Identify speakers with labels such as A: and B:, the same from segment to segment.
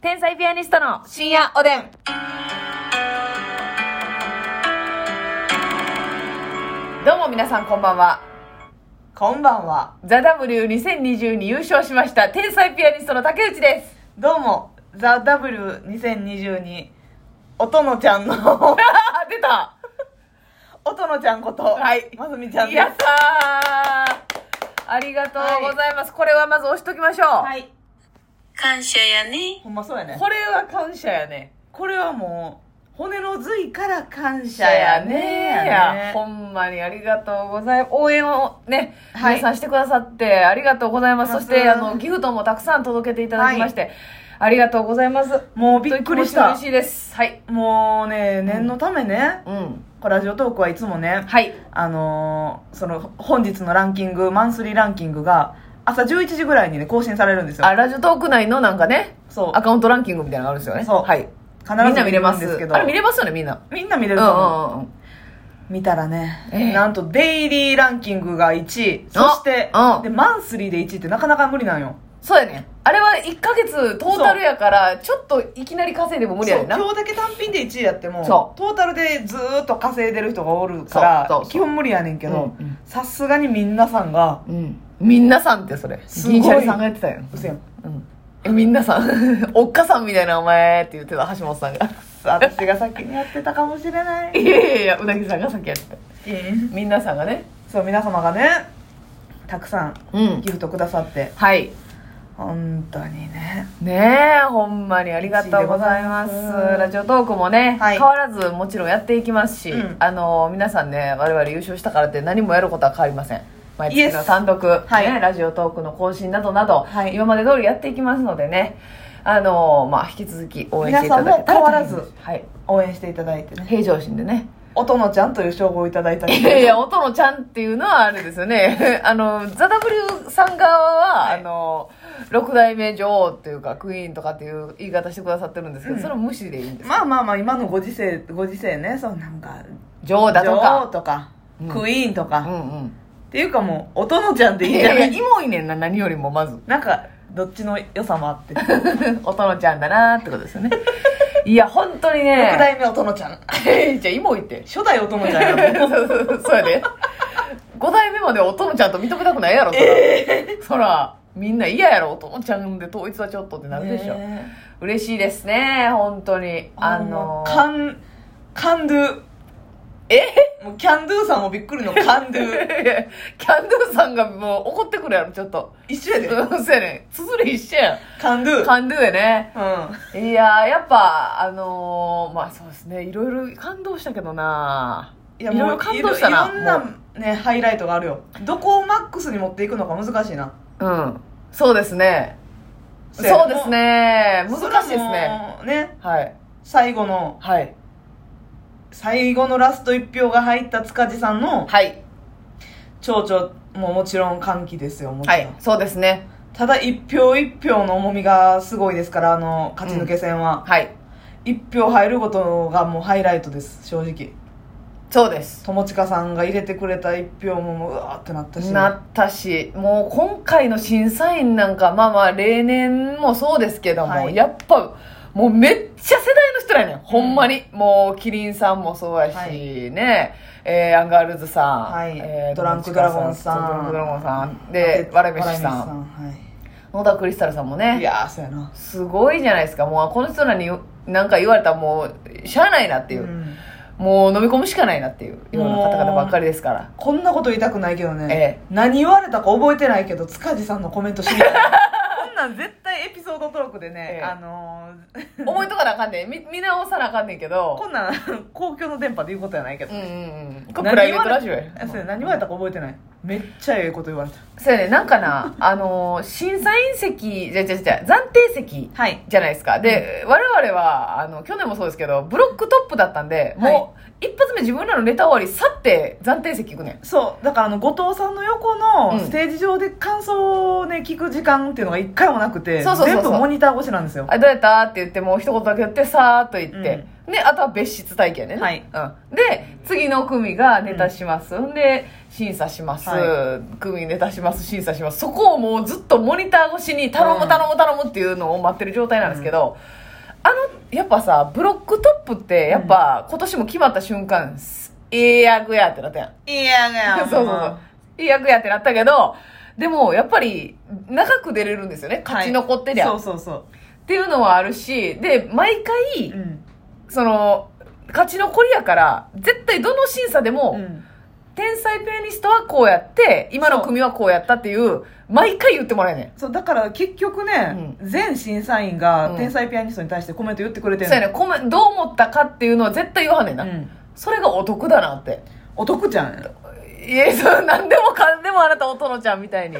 A: 天才ピアニストの深夜おでん。どうも皆さんこんばんは。
B: こんばんは。
A: ザ・ W2020 に優勝しました天才ピアニストの竹内です。、
B: どうも、ザ・ W2022、おとのちゃんの
A: 出た
B: おとのちゃんこと、
A: はい
B: まずみちゃんです
A: やっ。たーありがとうございます。これはまず押しときましょう。
B: はい。
C: 感謝やね。
B: ほんまそうやね。
A: これは感謝やね。
B: これはもう、骨の髄から感謝
A: 感謝
B: や
A: や
B: ね
A: ねほんまにありがとうございます。応援をね、
B: はい
A: 皆さんしてくださってありがとうございます。
B: あり
A: そし
B: がとうござい
A: て、あ
B: ます
A: の、ギフトもたくさん届けていただきまして、ありがとうございます。
B: もうびっくりし
A: 本当に
B: た
A: 気持ち。嬉しいです。はい。
B: もうね、念のためね、
A: うん。
B: これラジオトークはいつもね、
A: はい。
B: あのーその、本日のランキング、マンスリーランキングが、朝11時ぐらいにね、更新されるんですよ。
A: あ、ラジオトーク内のなんかね、
B: そう
A: ア。カウントランキングみたいなのがあるんですよね。
B: そう
A: はい。
B: 必
A: みんな見れま。
B: んですすけど。
A: あれ見れますよね、みんな。
B: みんな見れ
A: う
B: る
A: んう
B: と思う。
A: んうん。
B: 見たらね、
A: ええ
B: なんとデイリーランキングが1位そ
A: あ
B: して
A: うん
B: でマンスリーで1位ってなかなか無理なんよ
A: そうやね。あれは1ヶ月トータルやから、ちょっといきなり稼いでも無理やねんな。
B: そう今日だけ単品で1位やっても
A: そ
B: トータルでずーっと稼いでる人がおるから
A: そうそうそう
B: 基本無理やねんけど
A: うんうん
B: さすがにみんなさんが
A: うん。みんなさんってそれ。
B: すごい
A: 銀シャリさんがやってたよ。
B: うせやん
A: うん。え、みんなさん。 おっかさんみたいなお前って言ってた、橋本さんが。
B: 私が先にやってたかもしれない
A: いやいやいや、うなぎさんが先やってた。みんなさんがね。
B: そう皆様がねたくさん
A: うん
B: ギ。フトくださって
A: はい。
B: 本当にね
A: ねえ、ほんまにありがとうございます。
B: 嬉しいでございます
A: ラジオトークもね、
B: はい
A: 変わらずもちろんやっていきますし、
B: うん
A: あの、皆さんね、我々優勝したからって何もやることは変わりません。毎
B: イエ
A: 月の
B: ス
A: 単独、
B: はい
A: ね、ラジオトークの更新などなど、
B: はい
A: 今まで通りやっていきますのでね、あの、まあ、引き続き応援していただけたら
B: 皆さんも変わらず
A: はい。
B: 応援していただいてね
A: 平常心でね。
B: おとのちゃんという称号をいただいたり
A: いやいや、音のちゃんっていうのはあれですよね。 あの、ザ・ W さん側は、
B: はい
A: あの、六代目女王っていうか、クイーンとかっていう言い方してくださってるんですけど、それは無視でいいんです。
B: まあまあまあ今のご時世ご時世ねそうなんか
A: 女王だと
B: 女王
A: か。
B: とか、
A: うん
B: クイーンと
A: う
B: か、っ
A: んうん。
B: ていうかもうおとのちゃんでい
A: い
B: いんじゃ
A: やい
B: な
A: や、
B: い
A: キモいねんな、何よりもまず。
B: なんかどっちの良さもあって
A: 音のちゃんだなーってことですよね。いや、本当に
B: 6
A: ね。
B: 代目おとのちゃん
A: じゃあ、イモいって。
B: 初代おとのちゃんや ろ
A: そうそうそうそうやで。5代目まで音のちゃんと認めたくないやろ、そら。そら、みんな嫌やろ、音のちゃんで統一はちょっとってなるでしょ。
B: ね
A: 嬉しいですね本当に
B: え
A: あ
B: あ
A: の
B: のカンカンドゥえもうキャンドゥさんもびっくりの カンドゥ
A: キャンドゥさんがもう怒ってくるやろちょっと
B: 一緒やで
A: うんそうやねつづり一緒や
B: カンドゥ
A: んカンドゥやね
B: うん
A: いやーやっぱあのー、まあそうですねいろいろ感動したけどないろいろ感動したない
B: ろいろ
A: も
B: んなねハイライトがあるよどこをマックスに持っていくのか難しいな
A: ううんそうですねそ
B: せやろ
A: うですね
B: もう
A: 難しいです
B: それ
A: ね
B: はもうね
A: はい
B: 最後の
A: はい
B: 最後のラスト1票が入った塚地さんの
A: はい
B: 蝶々ももちろん歓喜ですよもち
A: は
B: ろん、
A: いそうですね
B: ただ1票1票の重みがすごいですからあの勝ち抜け戦は、
A: はい
B: 1票入ることがもうハイライトです正直
A: そうです
B: 友近さんが入れてくれた1票ももううわーってなったし
A: なったしもう今回の審査員なんかまあまあ例年もそうですけども、
B: はい
A: やっぱもうめっちゃ世代の人やねんほんまに、もうキリンさんもそうやし、
B: はい
A: ねえーアンガールズさん、
B: はい
A: えー
B: ドランクドラゴンさん
A: そうドランクドラゴンさん
B: で
A: でわらべしさ
B: わら
A: ん
B: べはい
A: 野田クリスタルさんも
B: い
A: ね
B: やーそうやな
A: すごいじゃないですかもうこの人らになんか言われたらもうしゃあないなっていう、
B: うん
A: もう飲み込むしかないなっていうような方々ばっかりですから
B: こんなこと言いたくないけどね
A: え、
B: 何言われたか覚えてないけど塚地さんのコメント知 りたいこんなん絶対エピソードトークで
A: え
B: ね、
A: え
B: あのー
A: 覚えとかなあかんねんみ見直さなあかんねんけど
B: こんなん公共の電波で言うことやないけど、
A: うんうんうんこれ
B: 何
A: プライベートラジオや
B: えそうや何言われたか覚えてないめっちゃええこと言われた
A: そうやねなんかなあのー審査員席じゃじゃじゃ暫定席
B: はい
A: じゃないですかで、我々はあの去年もそうですけどブロックトップだったんでもう、一発目自分らのネタ終わり去って暫定席行くねん
B: そうだからあの後藤さんの横
A: うん
B: のステージ上で感想をね聞く時間っていうのが一回もなくて
A: そうそうそうそう
B: 全部モニター越しなんですよ
A: あどうやったって言ってもう一言だけ言ってさーっと言って、であとは別室待機やねんな
B: はい
A: うん、で次の組がネタします、ん、で審査します、
B: は
A: 組ネタします審査しますそこをもうずっとモニター越しに頼
B: う
A: む
B: ん
A: 頼む頼むっていうのを待ってる状態なんですけど、あのやっぱさブロックトップってやっぱ、今年も決まった瞬間ええ役やってなったやん
B: いやね
A: そうそうそう。いい役やってなったけど、でも、やっぱり、長く出れるんですよね。勝ち残ってりゃ。
B: そうそうそ
A: っていうのはあるし、で、毎
B: う
A: 回、
B: うん、
A: その、勝ち残りやから、絶対どの審査でも、
B: うん、
A: 天才ピアニストはこうやって、今の組はこうやったっていう、毎回言ってもらえね
B: そうだから結局ね、全審査員が
A: うん
B: 天才ピアニストに対してコメント言ってくれ
A: ん。
B: てる
A: そうやね、コメどう思ったかっていうのは絶対言わはんねんな。
B: うん、
A: それがお得だなって。
B: お得じゃん
A: いや、そう、なんでもかんでもあなたおとのちゃんみたいに。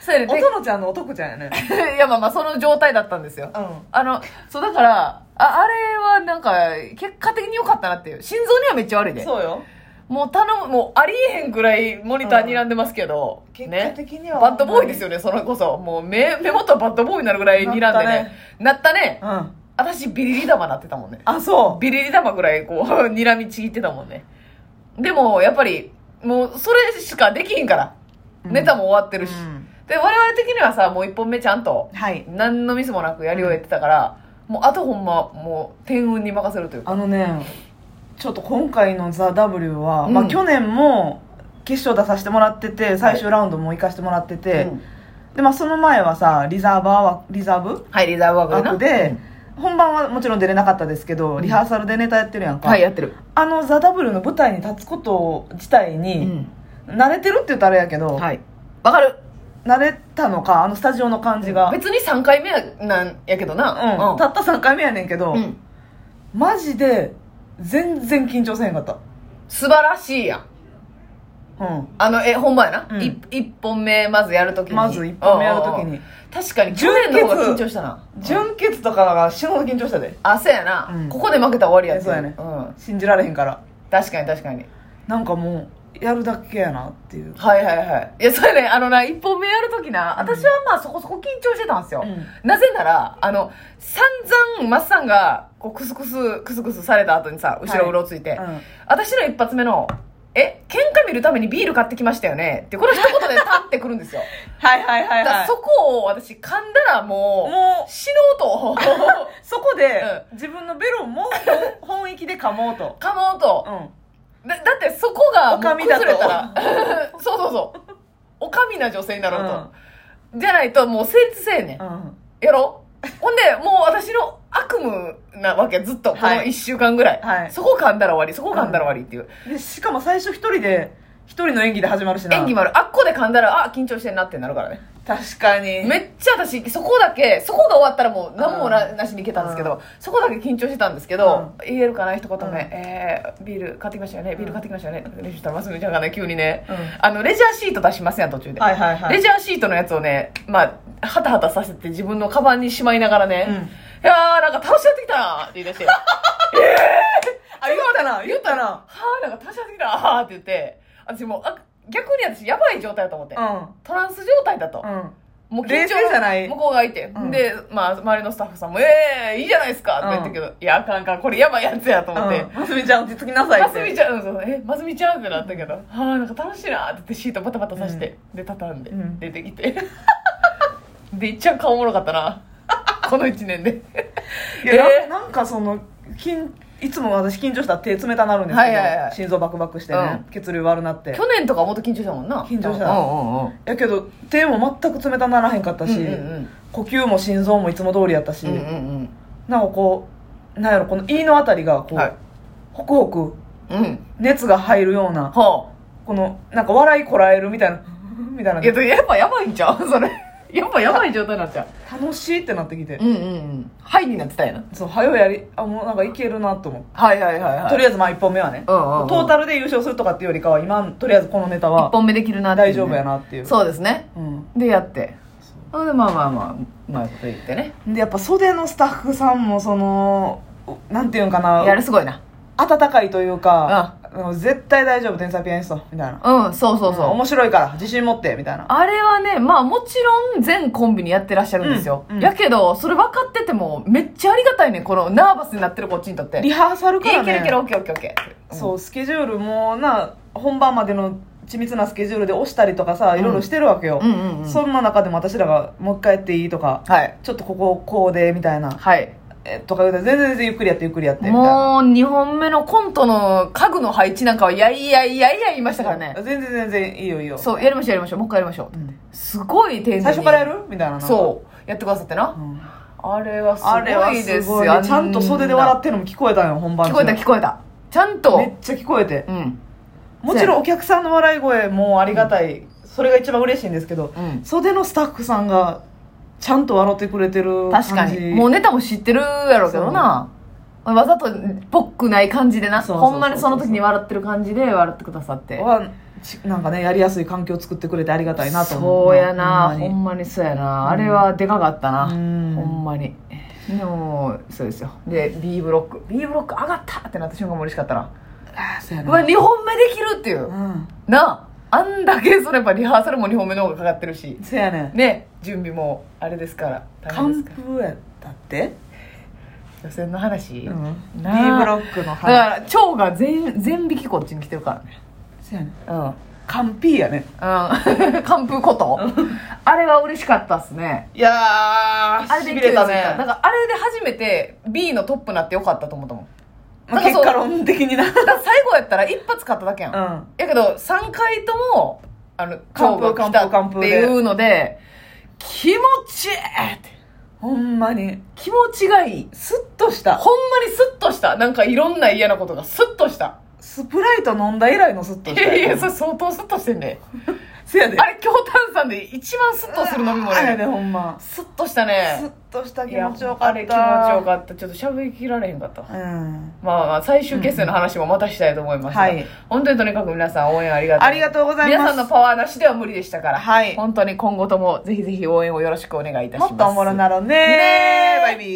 A: そうやね、
B: お
A: で
B: とのちゃんのお得じゃんやね
A: いや、まあまあ、その状態だったんですよ。
B: うん
A: あの、そうだから、あ、あれはなんか、結果的に良かったなっていう。心臓にはめっちゃ悪いで。
B: そうよ
A: もう頼む、もうありえへんぐらいモニターにらんでますけど。
B: 結果
A: ね。
B: 的には
A: バッドボーイですよね、それこそ。もう目、目元はバッドボーイになるぐらい睨んで
B: なった
A: ね
B: ね。
A: なったね。
B: うん
A: 私、ビリリ玉なってたもんね。
B: あそ
A: ビリリ玉ぐらい、こう、 睨みちぎってたもんね。でも、やっぱり、もう、それしかできひんから。
B: うん
A: ネタも終わってるし。
B: うん
A: で、我々的にはさ、もう一本目ちゃんと
B: う、はい
A: 何のミスもなくやり終えてたから、もうあとほんまもう天運に任せるというか
B: あのねちょっと今回の「ザ・ w は、
A: うん
B: まあ去年も決勝出させてもらってて最終ラウンドも行かせてもらってて、
A: うん
B: でまあ、その前はさリザーバーはリザーブ
A: はいリザーブ枠でな
B: 枠で、本番はもちろん出れなかったですけど、リハーサルでネタやってるやんか、
A: はいやってる、
B: あの「ザ・ w の舞台に立つこと自体に、慣れてるって言ったらあれやけど、
A: はいわかる
B: 慣れたのかあのスタジオの感じが、うん
A: 別に3回目なんやけどな
B: たった3回目やねんけど、
A: うん、うん
B: マジで全然緊張せへんかった
A: 素晴らしいやん
B: うん
A: あのえほんまやな、
B: うん
A: い一本目まずやるときに
B: まず1本目やるとき
A: うんうんう
B: に
A: ん確かに去年の方が緊張したな
B: 純潔とかが死ぬほど緊張したで
A: あそうやな、
B: うん
A: ここで負けたら終わりやつ
B: そうやね
A: ん、
B: 信じられへんから
A: 確かに確かに
B: なんかもうやるだけやなっていう
A: はいはいはい。いや、それね、あのな、一本目やるときな、私はまあそこそこ緊張してたんですよ。
B: う
A: なぜなら、あの、散々、マッサンが、こう、クスクス、クスクスされた後にさ、後ろうろついて、
B: うん
A: 私の一発目の、え、喧嘩見るためにビール買ってきましたよねって、この一言で立ってくるんですよ。
B: はいはいは
A: だ
B: い、
A: か
B: は
A: ら
B: い、
A: そこを私噛んだらもう、
B: もう
A: 死のうと、
B: そこで、
A: う
B: 自分のベロも本域で噛もうと、
A: 噛もうと
B: う。ん、
A: だだってそこが、
B: おかみだと
A: 崩れたら、 そうそうそう。おかみな女性になろうと。
B: うん
A: じゃないと、もう成立せえねん。
B: うん
A: やろほんで、もう私の悪夢なわけ、ずっと。こ
B: はい
A: の一週間ぐらい。
B: はい
A: そこ噛んだら終わり、そこ噛んだら終わりっていう。
B: でしかも最初一人で一人の演技で始まるしな
A: 演技もある。あっこで噛んだら、あ、緊張してんなってなるからね。
B: 確かに
A: めっちゃ私、そこだけ、そこが終わったらもう何もな,、
B: う
A: しにいけたんですけど、そこだけ緊張してたんですけど、言えるかな、一言目、
B: うん
A: えー、ビール買ってきましたよね、ビール買ってきましたよね、練習したら、ますみちゃんがね、急にね、
B: うん
A: あの、レジャーシート出しますやん、途中で。
B: はいはいはい
A: レジャーシートのやつをね、まあ、はたはたさせて自分のカバンにしまいながらね、
B: うん
A: いやー、なんか楽しくなってきたなって言い出して、 は
B: あ言ったな言ったな
A: ー、なんか楽しくなってきたなって言って、私もう、あ逆に私やばい状態だと思って、トランス状態だと。
B: うんうん
A: もう緊張
B: 冷静じゃない
A: 向こうがいて、
B: うん
A: で、まあ、周りのスタッフさんも、ええいいじゃないですかって言ったけど、いや、あかんあかん、これやばいやつやと思って。
B: ますみちゃん落ち着きなさい
A: ま
B: っ
A: す
B: て
A: みちゃん、そうえ、まずみちゃんってなったけど、ああ、なんか楽しいなって言ってシートバタバタさして、で、畳んで、
B: うん
A: 出てきて。 で、いっちゃん顔おもろかったな。 この一年で。
B: いや、
A: えー
B: なんかその緊いつも私緊張したら手冷たなるんですけど、
A: はいはいはい
B: 心臓バクバクしてね、
A: う
B: 血流悪なって
A: 去年とかもっと緊張したもんな。
B: 緊張した
A: うんうんうん。
B: やけど手も全く冷たならへんかったし、
A: うんうん
B: 呼吸も心臓もいつも通りやったし、
A: うん。うんうん
B: なんかこうなんやろこの胃のあたりがこ
A: う
B: う、
A: ん。はい。
B: ホクホク
A: うん。
B: 熱が入るような
A: は
B: このなんか笑いこらえるみたいな みたい
A: あ。
B: ない
A: や、でもやっぱやばいんちゃうそれ。やっぱやばい状態になっちゃう。
B: 楽しいってなってきて、
A: うんうんうん。はいになってたやな。
B: そう早うやりあもうなんかいけるなと思って、
A: はいはいはいはい。
B: とりあえずまあ1本目はね、
A: うんうんうん
B: トータルで優勝するとかっていうよりかは今とりあえずこのネタ
A: 一
B: は
A: 本目できるなっていうね
B: 大丈夫やなっていう
A: そうですね
B: うん
A: でやってほんでまあまあまあうまいこと言ってね
B: でやっぱ袖のスタッフさんもそのなんていうんかな
A: やるすごいな
B: 温かいというかうん絶対大丈夫天才ピアニストみたいな
A: うん、そうそうそう。
B: 面白いから自信持ってみたいな
A: あれはね、まあもちろん全コンビにやってらっしゃるんですよ。
B: うんうん
A: やけど、それ分かってても、めっちゃありがたいね、このナーバスになってるこっちにとって。
B: リハーサルから
A: いけ
B: ね
A: るいける、オッケーオッケーオッケー。。
B: そううスケジュールもな本番までの緻密なスケジュールで押したりとかさいろいろしてるわけよ、
A: うんうんうん。
B: そんな中でも私らがもう一回やっていいとか
A: はい。
B: ちょっとこここうでみたいな
A: はい。
B: えとか言うたら全然全然ゆっくりやってゆっくりやってみたいな
A: もう、2本目のコントの家具の配置なんかは、いやいやいやいや言いましたからね。
B: 全然全然いいよいいよ
A: そう、やりましょうやりましょう。もう一回やりましょう。
B: うん
A: すごい丁寧に。
B: 最初からやるみたいな
A: そう。やってくださってな
B: う。ん
A: あれはす
B: あれ
A: ご
B: はい
A: ですす
B: ごい
A: よ。
B: ねちゃんと袖で笑ってるのも聞こえたよ本番
A: 聞こえた聞こえた。ちゃんと。
B: めっちゃ聞こえて
A: うん。
B: もちろんお客さんの笑い声もありがたいそれが一番嬉しいんですけど
A: うん。
B: 袖のスタッフさんがちゃんと笑ってくれてる感じ
A: 確かにもうネタも知ってるやろうけどなわざとぽっくない感じでな
B: そうそうそうそう
A: ほんまにその時に笑ってる感じで笑ってくださって
B: はちなんかねやりやすい環境を作ってくれてありがたいなと思
A: そううやな
B: ほ
A: ほ
B: ん
A: んまにそうや
B: うん
A: なあれはでかかった
B: ま
A: な
B: に
A: ほ
B: うん
A: んまにでもそうですよで B ブロック B ブロック上がったってなった瞬間も嬉しかったな
B: あーそうや
A: う
B: な
A: わ2本目できるっていうなああんだけそれやっぱリハーサルも2本目の方がかかってるし
B: うんそうやねん
A: ね準備もあれですから大変
B: 完
A: ですか
B: 封やったって
A: ら予選の話、
B: うん B ブロ
A: なあ
B: ックの
A: だか
B: 話
A: ら腸が全全引きこっちに来てるからね
B: そうやねん
A: うん
B: 完封やねん
A: うん寒風ことあれは嬉しかったっすね
B: いやー
A: あれで
B: しびれた
A: 勢いつい
B: ね
A: だからあれで初めて B のトップなってよかったと思ったもん
B: ま
A: な
B: あ
A: ん
B: 結
A: かそう
B: 果論的になう
A: だから最後やったら一発勝っただけやん、や
B: ん
A: けど3回ともあの
B: 完封
A: 腸が来た
B: 完
A: っ
B: 封
A: ていうので気持ちいいって
B: ほんまに
A: 気持ちがいい
B: スッとした
A: ほんまにスッとしたなんかいろんな嫌なことがスッとした
B: スプライト飲んだ以来のスッと
A: い
B: した
A: やいやそれ相当スッとしてんね
B: せやで
A: あれ強炭酸で一番スッとする飲み物
B: あや
A: や
B: で
A: ね
B: ほんま
A: スッとした
B: スッ
A: ね
B: とした
A: い
B: 気
A: や
B: 持ちよかった
A: あれ気持ちよかったちょっと喋りきられへんかった
B: うん
A: まあまあ最終決戦の話もまたしたいと思いますが、
B: はい
A: 本当にとにかく皆さん応援ありがとう
B: ありがとうございます
A: 皆さんのパワーなしでは無理でしたから、
B: はい
A: 本当に今後ともぜひぜひ応援をよろしくお願いいたし
B: も
A: ます
B: っとおもろなろうね
A: ね
B: バイビー